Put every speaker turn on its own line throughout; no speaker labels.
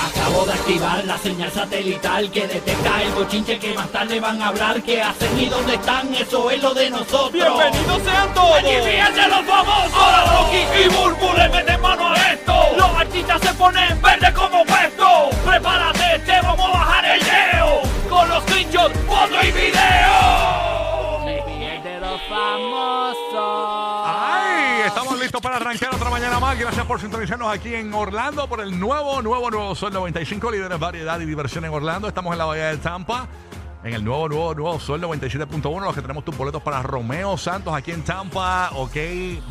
Acabo de activar la señal satelital que detecta el bochinche que más tarde van a hablar. ¿Qué hacen y dónde están? Eso es lo de nosotros.
¡Bienvenidos sean todos!
¡Aquí fíjense los famosos!
Ahora Rocky y Burbu le meten mano a esto.
Los artistas se ponen verde como puesto. Prepárate, te vamos a bajar el leo. Con los screenshots, foto y video. Se pierde los famosos.
¡Ay! Estamos listos para arrancar otra mañana más. Gracias por sintonizarnos aquí en Orlando por el nuevo, nuevo, nuevo Sol 95, líderes variedad y diversión en Orlando. Estamos en la Bahía de Tampa. En el nuevo, nuevo, nuevo Sol 97.1, los que tenemos tus boletos para Romeo Santos aquí en Tampa, ok,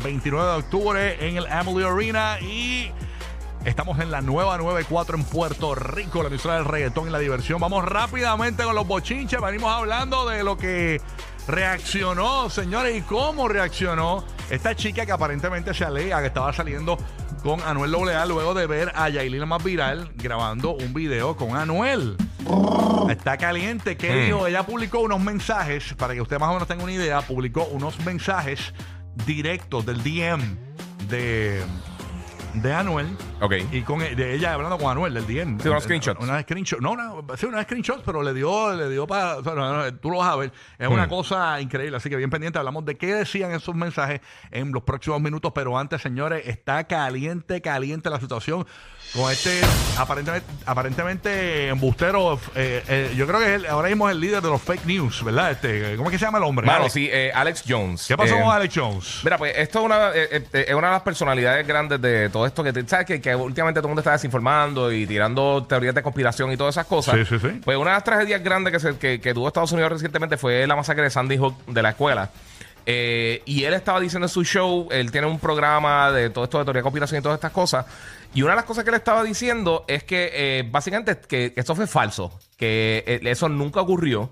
29 de octubre en el Emily Arena y Estamos en la nueva 94 en Puerto Rico, la emisora del reggaetón y la diversión. Vamos rápidamente con los bochinches. Venimos hablando de lo que reaccionó, señores, y cómo reaccionó esta chica que aparentemente se alega que estaba saliendo con Anuel Doblea luego de ver a Yailin más viral grabando un video con Anuel. Está caliente. ¿Qué dijo? Ella publicó unos mensajes, para que usted más o menos tenga una idea, publicó unos mensajes directos del DM de, de Anuel.
Ok.
Y con e- de ella hablando con Anuel del DM.
Sí, unos screenshots.
Una screenshot. No, una, sí, una screenshot, pero le dio, le dio para. o sea, no, no, tú lo vas a ver. Es
Hmm.
una cosa increíble. Así que bien pendiente, hablamos de qué decían esos mensajes en los próximos minutos. Pero antes, señores, está caliente, caliente la situación con este aparentemente, aparentemente embustero. eh, eh, yo creo que es el- ahora mismo es el líder de los fake news, ¿verdad? Este, ¿Cómo es que se llama el hombre?
Mano,
Alex.
sí, eh, Alex Jones.
¿Qué pasó
Eh,
con Alex Jones?
Mira, pues esto es una, eh, eh, eh, es una de las personalidades grandes de todo esto que te- sabes que, que últimamente todo el mundo está desinformando y tirando teorías de conspiración y todas esas cosas.
Sí, sí, sí.
Pues una de las tragedias grandes que, se- que, que tuvo Estados Unidos recientemente fue la masacre de Sandy Hook de la escuela. Eh, y él estaba diciendo en su show, él tiene un programa de todo esto de teoría de conspiración y todas estas cosas. Y una de las cosas que él estaba diciendo es que eh, básicamente que eso fue falso, que eh, eso nunca ocurrió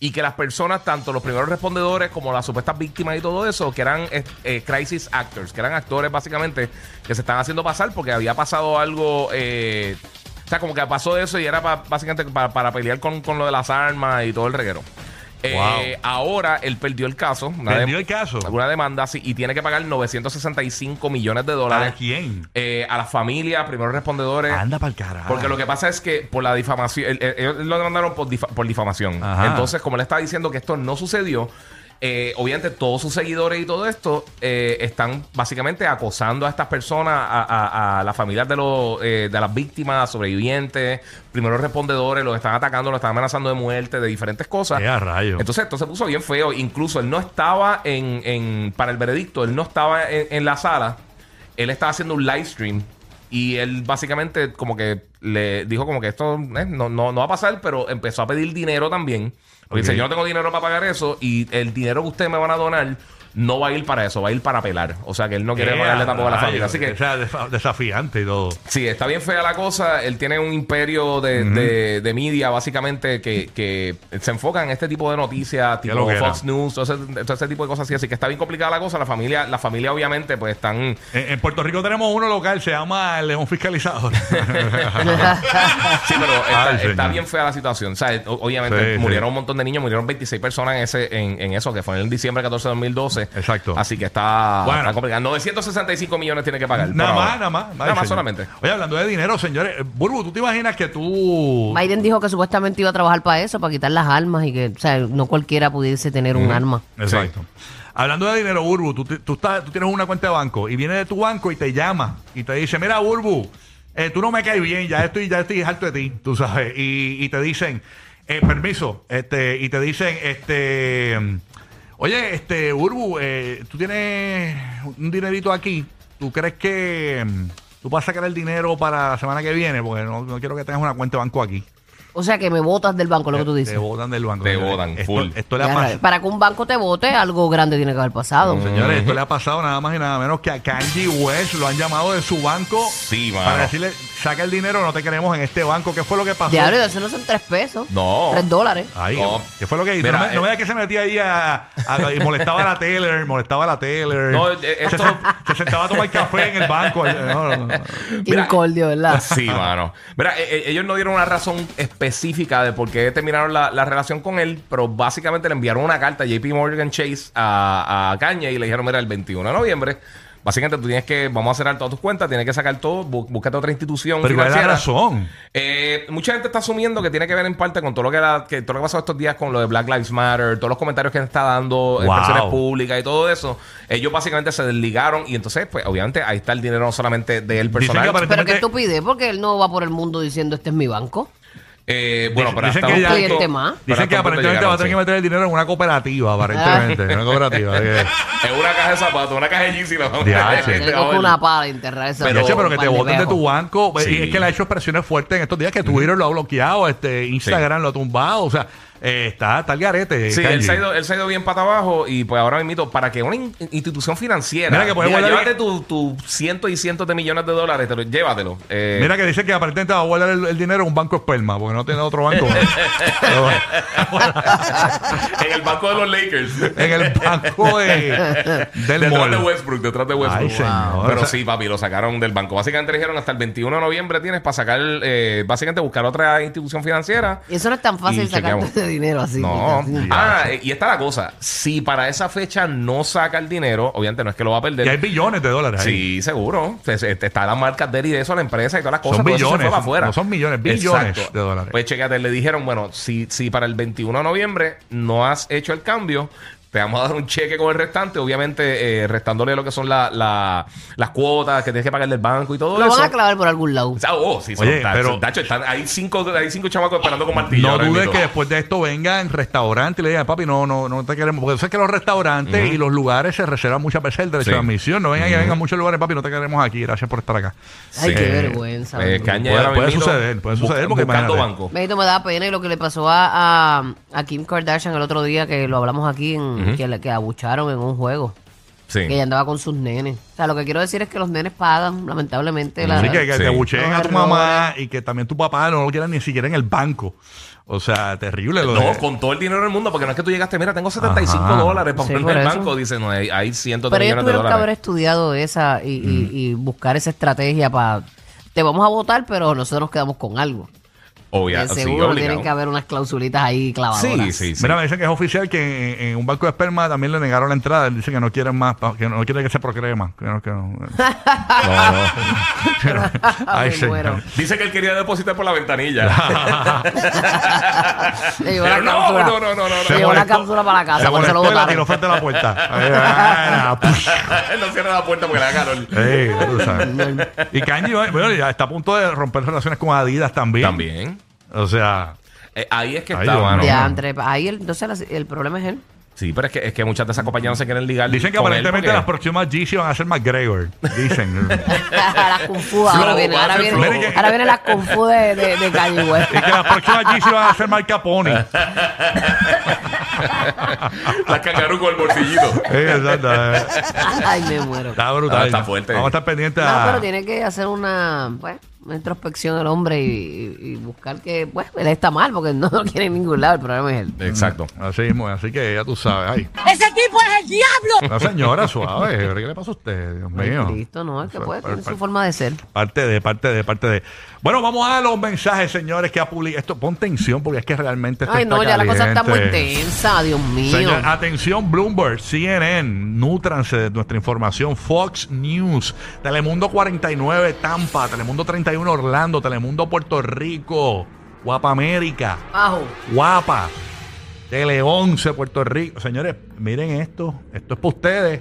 y que las personas, tanto los primeros respondedores como las supuestas víctimas y todo eso, que eran eh, eh, crisis actors, que eran actores básicamente que se están haciendo pasar porque había pasado algo... eh, o sea, como que pasó eso y era pa- básicamente pa- para pelear con, con lo de las armas y todo el reguero. Eh, ahora él perdió el caso. una
Perdió
dem-
el caso.
Una demanda sí, y tiene que pagar 965 millones de dólares.
¿A quién? Ah,
Eh, a las familias, primeros respondedores.
Anda para el carajo.
Porque lo que pasa es que por la difamación, el- el- ellos lo demandaron por, difa- por difamación.
Ajá.
Entonces, como él está diciendo que esto no sucedió, eh, obviamente todos sus seguidores y todo esto eh, están básicamente acosando a estas personas, a, a- a las familias de, los, eh, de las víctimas, sobrevivientes, primeros respondedores, los están atacando, los están amenazando de muerte, de diferentes cosas.
Eh, a rayos.
Entonces esto se puso bien feo. Incluso él no estaba en, en- para el veredicto, él no estaba en, en la sala. Él estaba haciendo un live stream. Y él básicamente como que le dijo como que esto eh, no, no, no va a pasar, pero empezó a pedir dinero también. Porque dice,
Ok.
yo no tengo dinero para pagar eso y el dinero que ustedes me van a donar no va a ir para eso, va a ir para pelar. O sea que él no quiere
Eh,
pagarle tampoco a la
rayos.
familia. Así que
O sea, desaf- desafiante y todo.
Sí, está bien fea la cosa. Él tiene un imperio de, de- de media, básicamente, que, que se enfoca en este tipo de noticias,
lo
tipo
que era.
Fox News, todo ese, todo ese tipo de cosas así. Así que está bien complicada la cosa. La familia, la familia obviamente, pues están...
En, en Puerto Rico tenemos uno local, se llama León Fiscalizador.
Sí, pero está,
Ay,
está
señor.
bien fea la situación. O sea, o- obviamente
Sí,
murieron
sí.
un montón de niños, murieron 26 personas en, ese, en, en eso, que fue en diciembre 14 de 2012.
Exacto.
Así que está,
Bueno.
está complicado. 965 millones tiene que pagar.
nada
por
más,
ahora.
nada más. Ay,
Nada más
señor.
solamente.
Oye, hablando de dinero, señores, eh, Burbu, ¿tú te imaginas que tú...
Biden dijo que supuestamente iba a trabajar para eso, para quitar las armas y que, o sea, no cualquiera pudiese tener un arma.
Exacto. Hablando de dinero, Burbu, tú, te- tú estás, tú tienes una cuenta de banco y viene de tu banco y te llama y te dice, mira, Burbu, eh, tú no me caes bien, ya estoy, ya estoy harto de ti, tú sabes. Y, y te dicen, eh, permiso, este, y te dicen, este, oye, este, Burbu, eh, tú tienes un dinerito aquí, ¿tú crees que mm, tú vas a sacar el dinero para la semana que viene? Porque no, no quiero que tengas una cuenta de banco aquí.
O sea que me botas del banco, lo que tú
Te
dices.
bodan del banco.
Te
señores.
botan,
Esto,
full.
esto le ha
Ya,
pasado.
Para que un banco te vote, algo grande tiene que haber pasado.
Mm.
Señores, esto le ha pasado nada más y nada menos que a Kanye West. Lo han llamado de su banco
Sí, mano.
para decirle, saca el dinero, no te queremos en este banco. ¿Qué fue lo que pasó?
Diablo, eso no son tres pesos.
No. Ah,
Tres dólares.
Ay,
No.
¿qué fue lo que hizo?
Oh. Mira,
no me, no me
eh,
digas que se metía ahí a, a- y molestaba a la Taylor, molestaba a la Taylor.
No, eh, esto-
se, sen- se sentaba a tomar café en el banco. No, no, no.
Qué
Mira, Ah,
incordio, ¿verdad?
Sí, mano. Mira, eh, eh, ellos no dieron una razón específica de por qué terminaron la, la relación con él, pero básicamente le enviaron una carta a JP Morgan Chase a, a Kanye y le dijeron, mira, el 21 de noviembre, básicamente tú tienes que, vamos a cerrar todas tus cuentas, tienes que sacar todo, bú- búscate otra institución
Pero igual era
financiera.
razón.
Eh, mucha gente está asumiendo que tiene que ver en parte con todo lo que, la, que todo lo que pasó estos días con lo de Black Lives Matter, todos los comentarios que está dando,
Wow.
expresiones públicas y todo eso. Ellos básicamente se desligaron y entonces, pues, obviamente ahí está el dinero no solamente de
Dicen
él
que
personal.
aparentemente-
Pero qué estupidez, porque él no va por el mundo diciendo este es mi banco.
Eh, bueno, pero
Dicen que
hasta un
ya-
punto-
Cliente más.
pero hasta
Dicen que
un punto
aparentemente va a
llegaron,
tener que
sí.
meter el dinero en una cooperativa, aparentemente. en una cooperativa. así que-
Es una caja de zapatos, una caja de Yeezy. la vamos a-
Ya,
la
sí.
gente
Tiene
va a
que
ver.
una pala enterrar esa
Pero,
ropa,
pero que
un
te
par de
voten de
pejos.
tu banco.
Sí.
Y es que le ha hecho expresiones fuertes en estos días que Twitter lo ha bloqueado, este Instagram lo ha tumbado. O sea, eh, está, está el garete.
Sí,
Kanye.
él se, ha ido, él se ha ido bien para abajo y pues ahora mismo, para que una in- institución financiera
Mira que podemos
diga,
darle-
llévate tus tu cientos y cientos de millones de dólares, te lo- llévatelo. Eh,
Mira que dice que aparentemente va a guardar el, el dinero en un banco esperma, porque no tiene otro banco.
en el banco de los Lakers.
en el banco de- del
Detrás de
mall.
Westbrook, detrás de
Ay,
Westbrook.
señor.
Pero
O sea-
sí, papi, lo sacaron del banco. Básicamente le dijeron hasta el 21 de noviembre tienes para sacar, eh, básicamente buscar otra institución financiera.
Y eso no es tan
Y
fácil sacar
chequeamos.
todo ese dinero así.
No,
así.
ah, eh, y está la cosa. Si para esa fecha no saca el dinero, obviamente no es que lo va a perder.
Y hay billones de dólares ahí.
Sí, seguro. Se- se- Está la marca Deli de eso, la empresa y todas las cosas.
Son
todo eso se
billones,
fue para afuera.
no son millones, billones de dólares.
Pues chécate, le dijeron, bueno, si, si para el 21 de noviembre no has hecho el cambio, te vamos a dar un cheque con el restante, obviamente eh, restándole lo que son la- la- las cuotas que tienes que pagar del banco y todo
Lo
eso.
van a clavar por algún lado.
O sea, oh, sí,
Oye,
son tachos.
pero-
Tacho, están- hay cinco, hay cinco chamacos esperando con martillo.
No
ahora
dudes
mismo.
que después de esto vengan restaurantes y le digan, papi, no, no, no te queremos. Porque tú sabes que los restaurantes y los lugares se reservan muchas veces el derecho
Sí.
de admisión. No vengan que vengan muchos lugares, papi, no te queremos aquí. Gracias por estar acá.
Ay,
Sí.
qué vergüenza.
Eh,
bro.
Kanye
Puede-
ahora
puede
mismo
suceder, puede suceder,
bu-
porque
buscando
imagínate.
banco.
Benito, me da pena y lo que le pasó a, a, a Kim Kardashian el otro día, que lo hablamos aquí, en, que, le- que abucharon en un juego.
Sí.
Que ella andaba con sus nenes. O sea, lo que quiero decir es que los nenes pagan, lamentablemente. la-
Así que, que
Sí.
te bucheen
Los
a tu
errores.
mamá y que también tu papá no lo quieran ni siquiera en el banco. O sea, terrible lo
No,
de-
con todo el dinero del mundo, porque no es que tú llegaste, mira, tengo 75
Ajá.
dólares para
Sí,
poner
por
en el
eso.
banco. Dice, no, hay, hay cientos de
Pero ellos
millones de
tuvieron que haber
dólares.
estudiado esa y, y- y buscar esa estrategia para... Te vamos a votar, pero nosotros nos quedamos con algo.
Obvia-
De
Oh, sí,
seguro tienen
ah, obligado.
que haber unas clausulitas ahí clavadoras.
Sí, sí, sí.
Mira, me dicen que es oficial que en, en un banco de esperma también le negaron la entrada. Dicen que no quieren más, pa- que no quieren que se procree más. Que no- que no-
No, no.
Ay,
Me muero.
señor.
Dice que él quería depositar por la ventanilla.
Le llevó
Pero
la
no,
cápsula.
no, no, no, no.
Se llevó la cápsula para
Se
la casa, por eso lo
molestó y la tiró
votaron.
frente a la puerta. Ay, ay, ay, push.
Él no cierra la puerta porque le da calor.
Sí, ya tú sabes. y Kanye bueno, ya está a punto de romper relaciones con Adidas también.
También.
O sea,
Eh, ahí es que
Ahí
está,
lo
mano.
van. Ya.
Diantre, ahí el, entonces las- el problema es él.
Sí, pero es que, es que muchas de esas compañías no se quieren ligar.
dicen que
con él
aparentemente
porque-
las próximas GC van a ser McGregor. Dicen.
las Kung Fu, ahora
Flow,
viene,
va a
ahora
ser
viene,
flow.
ahora viene las Kung Fu de, de, de Kanye West.
y que las próximas GC van a ser Mark Capone.
Las cangarú con el bolsillito.
Sí, exacto. eh.
Ay, me muero.
Está brutal.
Ah, está fuerte.
Vamos a estar pendientes
No,
a.
pero tiene que hacer una, pues, una introspección el hombre y, y- y buscar que, pues, él está mal porque no lo quiere en ningún lado, el problema es él.
Mm.
Exacto.
Así mismo, así que ya tú sabes. Ay,
¡Ese tipo es el diablo!
la señora suave. ¿Qué le pasa a usted? Dios
Ay,
mío.
Cristo, no, es que puede
Par-
tener
par-
su forma de ser.
Parte de, parte de, parte de. Bueno, vamos a los mensajes, señores, que ha publicado. Esto, pon tensión, porque es que realmente. esto
Ay,
está
no, ya la cosa está muy
caliente.
tensa, Dios mío.
Señor, ah. atención, Bloomberg, CNN, nútranse de nuestra información, Fox News, Telemundo 49, Tampa, Telemundo 31, Orlando, Telemundo Puerto Rico, Guapa América,
Bajo.
Guapa, Tele 11, Puerto Rico. Señores, miren esto, esto es para ustedes.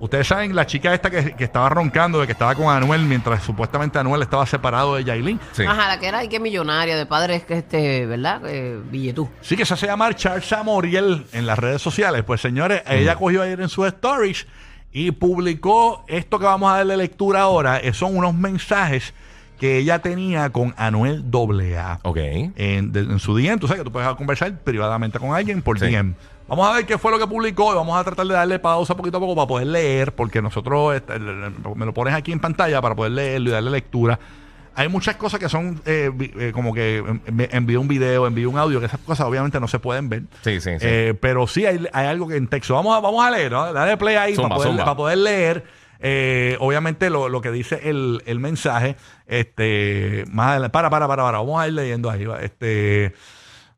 Ustedes saben, la chica esta que, que estaba roncando, de que estaba con Anuel, mientras supuestamente Anuel estaba separado de Yailin.
Sí.
Ajá, la que era, y que millonaria, de padres que este, ¿verdad? Eh, billetú.
Sí, que se hace llamar Charles Samoriel en las redes sociales. Pues señores, ella cogió ayer en sus stories y publicó esto que vamos a darle lectura ahora. Eh, son unos mensajes que ella tenía con Anuel AA.
Ok.
En, de- en su DM, tú sabes que tú puedes conversar privadamente con alguien por
Sí.
DM. Vamos a ver qué fue lo que publicó y vamos a tratar de darle pausa poquito a poco para poder leer, porque nosotros este, le- le- me lo pones aquí en pantalla para poder leerlo y darle lectura. Hay muchas cosas que son eh, vi- eh, como que en- en- envío un video, envío un audio, que esas cosas obviamente no se pueden ver.
Sí, sí, sí.
Eh, pero sí hay, hay algo que en texto. Vamos a, vamos a leer, ¿no? Dale play ahí
Zumba,
para, poder,
zumba.
para poder leer. eh, obviamente lo, lo que dice el, el mensaje. Este, más adelante. Para, para, para, para. Vamos a ir leyendo ahí. va. Este.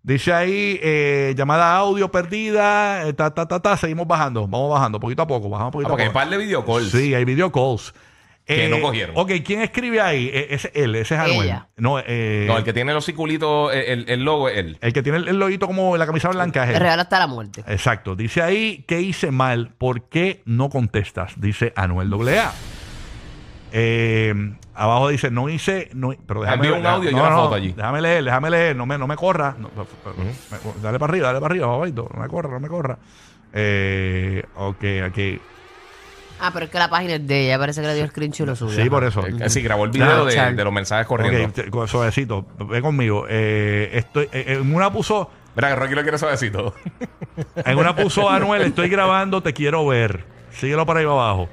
Dice ahí, eh, llamada audio perdida, eh, ta, ta, ta, ta, seguimos bajando, vamos bajando, poquito a poco, bajamos poquito
Ah, porque
a
hay
poco.
par de videocalls.
Sí, hay video calls. Eh,
Que no cogieron.
Ok, ¿quién escribe ahí? E- ese es él, ese es Anuel.
Ella.
No, eh,
No, el que tiene los circulitos, el, el- el logo es él.
tiene el, el loguito como la camisa blanca es él.
Real hasta la muerte.
Exacto. Dice ahí, ¿qué hice mal? ¿Por qué no contestas? Dice Anuel AA. Eh, abajo dice, no hice... No, pero déjame
Envió un audio y una foto allí.
Déjame leer, déjame leer, no me, no me corra. No, pero- pero- me- dale para arriba, dale para arriba, babito. No me corra, no me corra. Eh, ok, aquí.
Ah, pero es que la página es de ella. Parece que le dio el screenshot y lo subió.
Sí, por eso.
Eh, Sí, grabó el video
Ah,
de,
chal.
de los mensajes corriendo.
Ok, te- co- suavecito, ve conmigo. Eh, estoy, eh, en una puso,
Mira, que Rocky lo quiere saber si todo.
en una puso Anuel, estoy grabando, te quiero ver. Síguelo para ahí para abajo.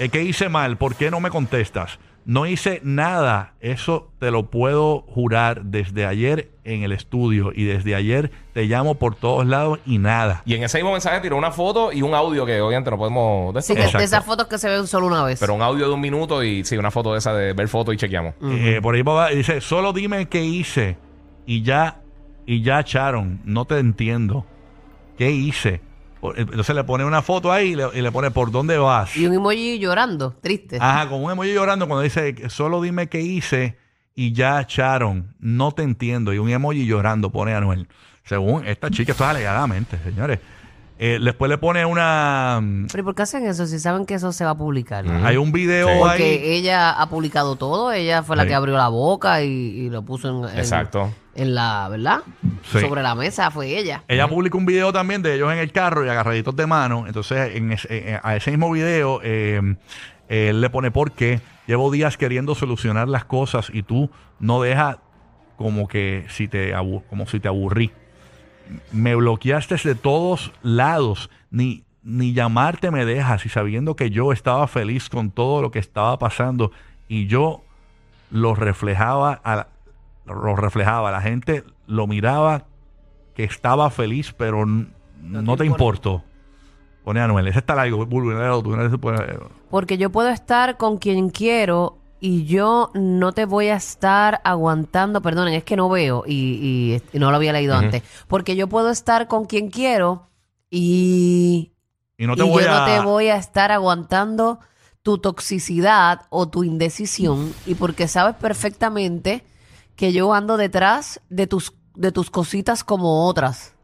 Eh, ¿Qué hice mal? ¿Por qué no me contestas? No hice nada. Eso te lo puedo jurar desde ayer en el estudio. Y desde ayer te llamo por todos lados y nada.
Y en ese mismo mensaje tiró una foto y un audio que obviamente no podemos
Sí,
decir.
que es
Exacto.
de esas fotos que se ven solo una vez.
Pero un audio de un minuto y sí, una foto de esa de ver foto y chequeamos.
Eh, por ahí para abajo, dice, solo dime qué hice. Y ya, y ya echaron. No te entiendo. ¿Qué hice? Por- Entonces le pone una foto ahí y le, y le pone por dónde vas.
Y un emoji llorando, triste.
Ajá, con un emoji llorando cuando dice, solo dime qué hice y ya echaron. No te entiendo. Y un emoji llorando pone Anuel. Según esta chica, esto es alegadamente, señores. Eh, después le pone una... mm,
Pero ¿y por qué hacen eso si saben que eso se va a publicar?
Hay un video
Sí.
ahí.
Porque ella ha publicado todo, ella fue la
Sí.
que abrió la boca y, y lo puso en, en-
Exacto.
en la, ¿verdad?
Sí.
Sobre la mesa fue ella.
Ella publicó un video también de ellos en el carro y agarraditos de mano. Entonces, en ese- eh, a ese mismo video, eh, él le pone por qué. Llevo días queriendo solucionar las cosas y tú no dejas como que si te, abu- como si te aburrí. Me bloqueaste de todos lados, ni, ni llamarte me dejas y sabiendo que yo estaba feliz con todo lo que estaba pasando y yo lo reflejaba, a la- lo reflejaba, la gente lo miraba que estaba feliz, pero n- no, te,
te
importó. Pone Anuel, ese está largo, vulnerado, tú no eres- pues, eh,
Porque yo puedo estar con quien quiero y yo no te voy a estar aguantando. Perdonen, es que no veo y, y- y no lo había leído antes. Porque yo puedo estar con quien quiero y,
y no te
y
voy
yo
a...
no te voy a estar aguantando tu toxicidad o tu indecisión. Y porque sabes perfectamente que yo ando detrás de tus, de tus cositas como otras.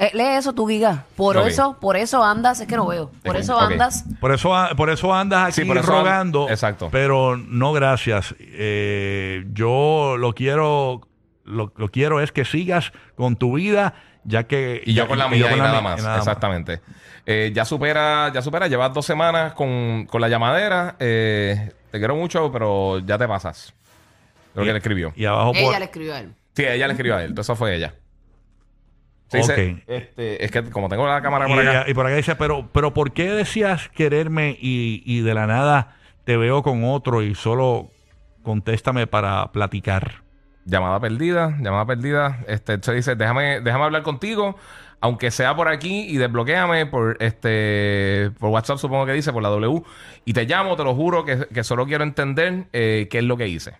Eh, lee eso tú, Giga. Por
Ok.
eso, por eso andas, es que no veo. Por
Ok,
eso
ok.
andas
Por eso, a- por eso andas
Sí,
aquí
por eso an-
rogando.
Exacto.
Pero no gracias. Eh, yo lo quiero, lo, lo quiero es que sigas con tu vida, ya que...
Y yo con la mía y,
con la
nada
mía,
más. Exactamente. Eh, ya supera, ya supera, llevas dos semanas con, con la llamadera. Eh, te quiero mucho, pero ya te pasas. Lo que le escribió.
Y abajo por-
Ella le escribió a él.
Sí, ella le escribió a él. Entonces fue ella. Sí,
Ok.
se- este, es que como tengo la cámara
Y,
por acá.
y por acá dice, pero, pero ¿por qué decías quererme y, y de la nada te veo con otro y solo contéstame para platicar?
Llamada perdida, llamada perdida. Este, entonces dice, déjame, déjame hablar contigo, aunque sea por aquí, y desbloquéame por este por WhatsApp, supongo que dice, por la W. Y te llamo, te lo juro, que, que solo quiero entender eh, qué es lo que hice.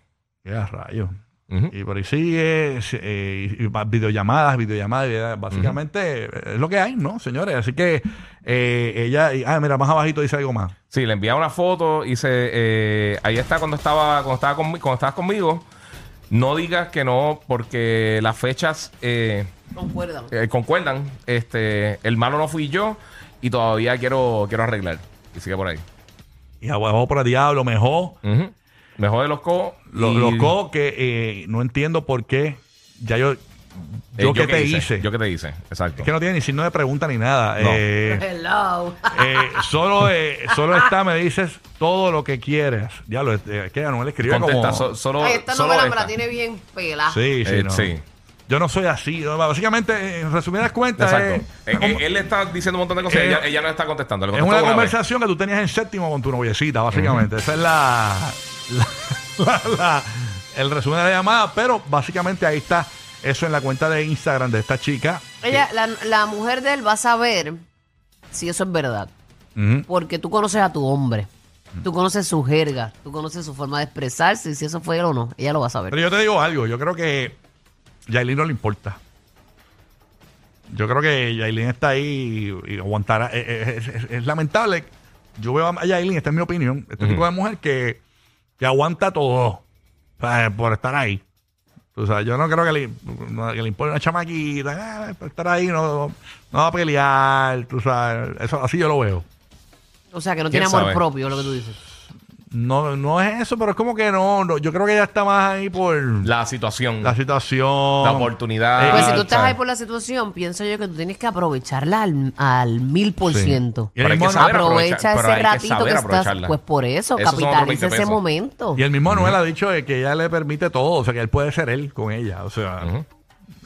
Ya, rayo.
Ujú.
Y por ahí sigue, si- eh, y- y va- videollamadas, videollamadas, videollamadas. básicamente eh, es lo que hay, ¿no, señores? Así que eh, ella, y- ah, mira, más abajito dice algo más.
Sí, le enviaba una foto y se eh, ahí está cuando estaba cuando estaba conmi- cuando estabas conmigo. No digas que no porque las fechas eh,
Concuerda.
eh, concuerdan. Este, el malo no fui yo y todavía quiero quiero arreglar. Y sigue por ahí.
Y abajo por el diablo, mejor.
Ujú. Mejor de los co
Lo,
y-
loco que eh, no entiendo por qué ya yo
Eh,
Yo que te hice.
Yo que te hice, exacto.
Es que no tiene ni signo de pregunta ni nada.
No.
Eh,
Hello.
eh, solo, eh, solo está, me dices todo lo que quieres. Ya lo, eh, es que Anuel escribió
Contesta,
como...
so- solo,
Ay, esta
solo
novela me la
esta.
tiene bien pela.
Sí, sí,
Eh,
no.
sí.
Yo no soy así. ¿no? Básicamente, en resumidas cuentas,
Exacto.
es,
Eh, eh, él le está diciendo un montón de cosas
Eh,
y ella, ella no está contestando. Le
es
contestó
una
una vez.
conversación que tú tenías en séptimo con tu noviecita, básicamente. Esa es la, la- la- la- el resumen de la llamada, pero básicamente ahí está eso en la cuenta de Instagram de esta chica.
Ella, la, la mujer de él va a saber si eso es verdad.
Ujú.
Porque tú conoces a tu hombre. Tú conoces su jerga. Tú conoces su forma de expresarse. Y si eso fue él o no, ella lo va a saber.
Pero yo te digo algo, yo creo que Yailin no le importa. Yo creo que Yailin está ahí y aguantará. Eh, eh, Es, es- es lamentable. Yo veo a Yailin, esta es mi opinión, este tipo de mujer que, que aguanta todo o sea, por estar ahí. O sea, yo no creo que le, no- que le importe una chamaquita, ah, por estar ahí no, no va a pelear, tú sabes. Eso, así yo lo veo.
O sea, que no
¿Quién
tiene amor
sabe?
propio, lo que tú dices.
No, no es eso, pero es como que no, no, yo creo que ella está más ahí por la,
La situación.
situación.
Mm. la oportunidad.
Eh,
Pues si
Ah,
tú estás
¿sabes?
ahí por la situación, pienso yo que tú tienes que aprovecharla al, al mil por
Sí.
ciento.
Y el
Pero hay que
mismo-
saber
Aprovecha
aprovechar, pero
ese
hay que
ratito
saber
que, estás.
aprovecharla.
Pues por eso,
Esos son otros
capitaliza
20
ese
pesos.
momento.
Y el mismo Noel ha dicho de que ella le permite todo, o sea, que él puede ser él con ella. O sea,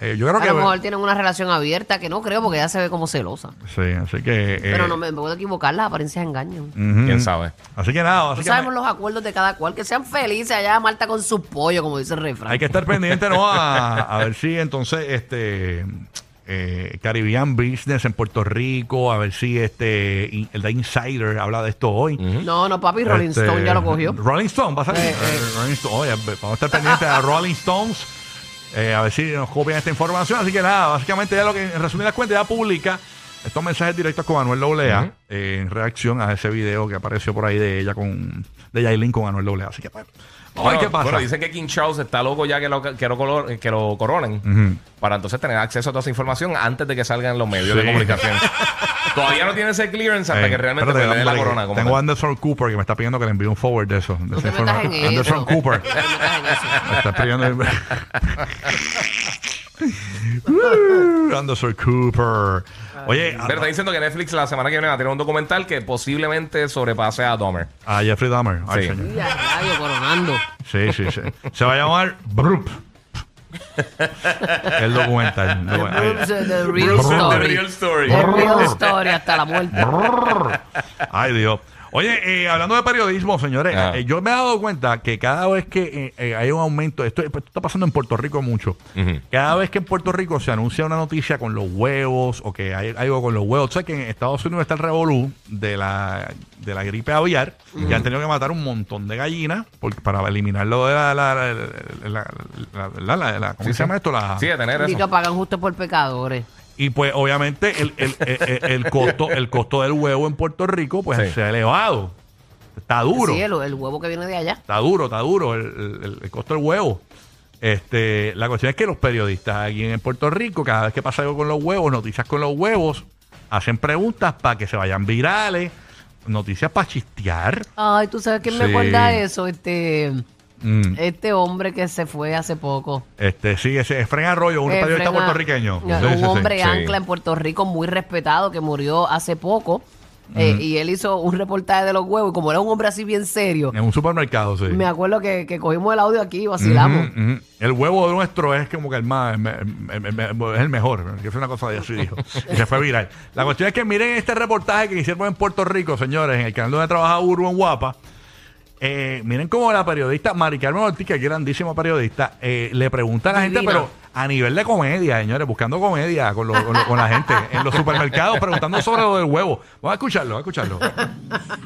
eh, yo creo
A
que.
lo mejor tienen una relación abierta, que no creo, porque ella se ve como celosa.
Sí, así que. eh,
Pero no me, me puedo equivocar, las apariencias engañan.
ujú.
¿Quién sabe?
Así que nada,
No
así que
sabemos los acuerdos de cada cual, que sean felices allá Marta con sus pollos, como dice el refrán.
hay que estar pendiente, ¿no? A, a ver si entonces, este. eh, Caribbean Business en Puerto Rico, a ver si este. in- el de Insider habla de esto hoy.
No, no, papi, Rolling
Este,
Stone ya lo cogió.
Rolling Stone, va a salir.
Eh, eh.
Eh, Rolling Stone. Oye, vamos a estar pendientes a Rolling Stones. eh, a ver si nos copian esta información. Así que nada, básicamente ya lo que, en resumidas cuentas, ya publica estos mensajes directos con Anuel Doblea eh, en reacción a ese video que apareció por ahí de ella con, de Yailin con Anuel Doblea. Así que pues, vamos a ver
Bueno,
qué pasa.
Bueno, dicen que King Charles está loco ya que lo, que lo, color- que lo coronen para entonces tener acceso a toda esa información antes de que salgan los medios de
Sí.
comunicación. Todavía no tiene ese clearance hasta
Eh,
que realmente
espérate,
me den la
hombre,
corona. como
Tengo a
tal.
Anderson Cooper que me está pidiendo que le envíe un forward de eso. de
No
esa
te metas en
información.
eso.
Anderson Cooper.
No te metas en eso.
Me está pidiendo el- Uh, Anderson Cooper. Oye,
Pero está
a,
diciendo que Netflix la semana que viene va a tener un documental que posiblemente sobrepase a Dahmer.
a Jeffrey Dahmer. Ay,
Sí.
señor.
Y a rayo, coronando.
Sí, sí, sí. Se va a llamar Broop. El documental. El
Broops,
documental.
the real
Broops, the
story.
real story.
The real story hasta la muerte.
Ay, Dios. Oye, eh, hablando de periodismo, señores,
Ah.
eh, yo me he dado cuenta que cada vez que eh, eh, hay un aumento, esto, esto está pasando en Puerto Rico mucho, cada vez que en Puerto Rico se anuncia una noticia con los huevos o que hay algo con los huevos, tú sabes que en Estados Unidos está el revolú de la, de la gripe aviar, que han tenido que matar un montón de gallinas por- para eliminarlo de la... la- la- la- la- la- la- la- ¿Cómo se
Sí, sí.
llama esto? La,
Sí, de tener
Y que
eso.
pagan justo por pecadores.
y pues obviamente el, el- el- el- el costo, el costo del huevo en Puerto Rico pues
Sí.
se ha elevado. Está duro.
Sí, el, el huevo que viene de allá.
Está duro, está duro el, el- el costo del huevo. Este, la cuestión es que los periodistas aquí en Puerto Rico, cada vez que pasa algo con los huevos, noticias con los huevos, hacen preguntas para que se vayan virales, noticias para chistear.
Ay, tú sabes quién me
Sí.
acuerda eso, este,
Mm.
este hombre que se fue hace poco.
Este, sí, ese es Fren Arroyo, un
Eh,
periodista
frena-
puertorriqueño.
Un
Sí, sí, sí.
hombre
sí.
ancla en Puerto Rico muy respetado que murió hace poco. eh, y él hizo un reportaje de los huevos. Y como era un hombre así bien serio,
En un supermercado, sí.
me acuerdo que, que cogimos el audio aquí y vacilamos.
Ujú, ujú. El huevo nuestro es como que el más, el- el- el- el- es el mejor, que fue una cosa de así, dijo. Y se fue viral. La cuestión es que miren este reportaje que hicieron en Puerto Rico, señores, en el canal donde trabaja Urban Guapa. Eh, miren cómo la periodista Mari Carmen Ortiz, que es grandísima periodista, eh, le pregunta a la gente,
Divina.
pero a nivel de comedia, señores, buscando comedia con, lo- con lo- con la gente en los supermercados, preguntando sobre lo del huevo. Vamos a escucharlo, vamos a escucharlo.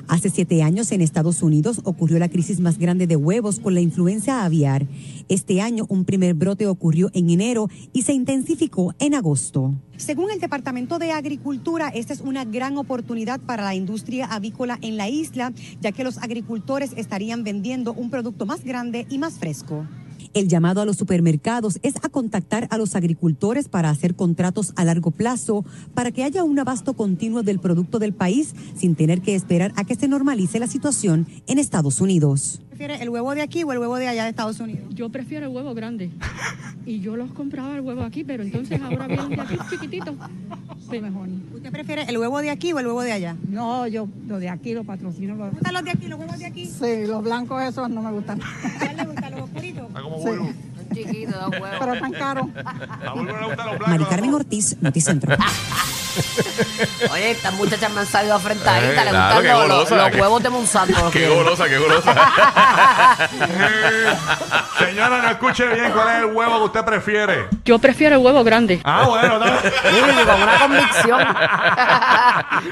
Hace siete años en Estados Unidos ocurrió la crisis más grande de huevos con la influenza aviar. Este año un primer brote ocurrió en enero y se intensificó en agosto. Según el Departamento de Agricultura, esta es una gran oportunidad para la industria avícola en la isla, ya que los agricultores estarían vendiendo un producto más grande y más fresco. El llamado a los supermercados es a contactar a los agricultores para hacer contratos a largo plazo para que haya un abasto continuo del producto del país sin tener que esperar a que se normalice la situación en Estados Unidos.
¿Prefiere el huevo de aquí o el huevo de allá de Estados Unidos?
Yo prefiero el huevo grande.
y yo los compraba el huevo aquí, pero entonces ahora vienen de aquí chiquititos. Pero mejor.
¿Usted prefiere el huevo de aquí o el huevo de allá?
No, yo lo de aquí lo patrocino. Los...
¿Gustan los de aquí, los huevos de aquí?
Sí, los blancos esos no me gustan.
¿Cuál le gusta, los oscuritos?
Está como bueno.
Chiquito, dos
Pero
huevos.
están caros.
A Bulbo le gustan los blancos.
Mari Carmen Ortiz, Noticentro.
Oye, estas muchachas me han salido a frente ahorita.
Eh,
Le
claro,
gustan
qué
los, los-
golosa,
los
qué-
huevos de Monsanto. los
Qué
que-
golosa, qué golosa.
Señora, no escuche bien cuál es el huevo que usted prefiere.
Yo prefiero el huevo grande.
Ah, bueno, no,
Uy, con una convicción.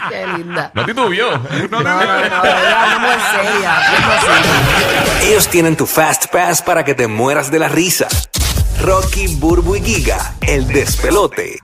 Qué linda.
No titubió.
no,
No, no, no, era una mujer seria. una mujer seria.
Ellos tienen tu Fast Pass para que te mueras de la risa. Rocky, Burbu y Giga, el despelote.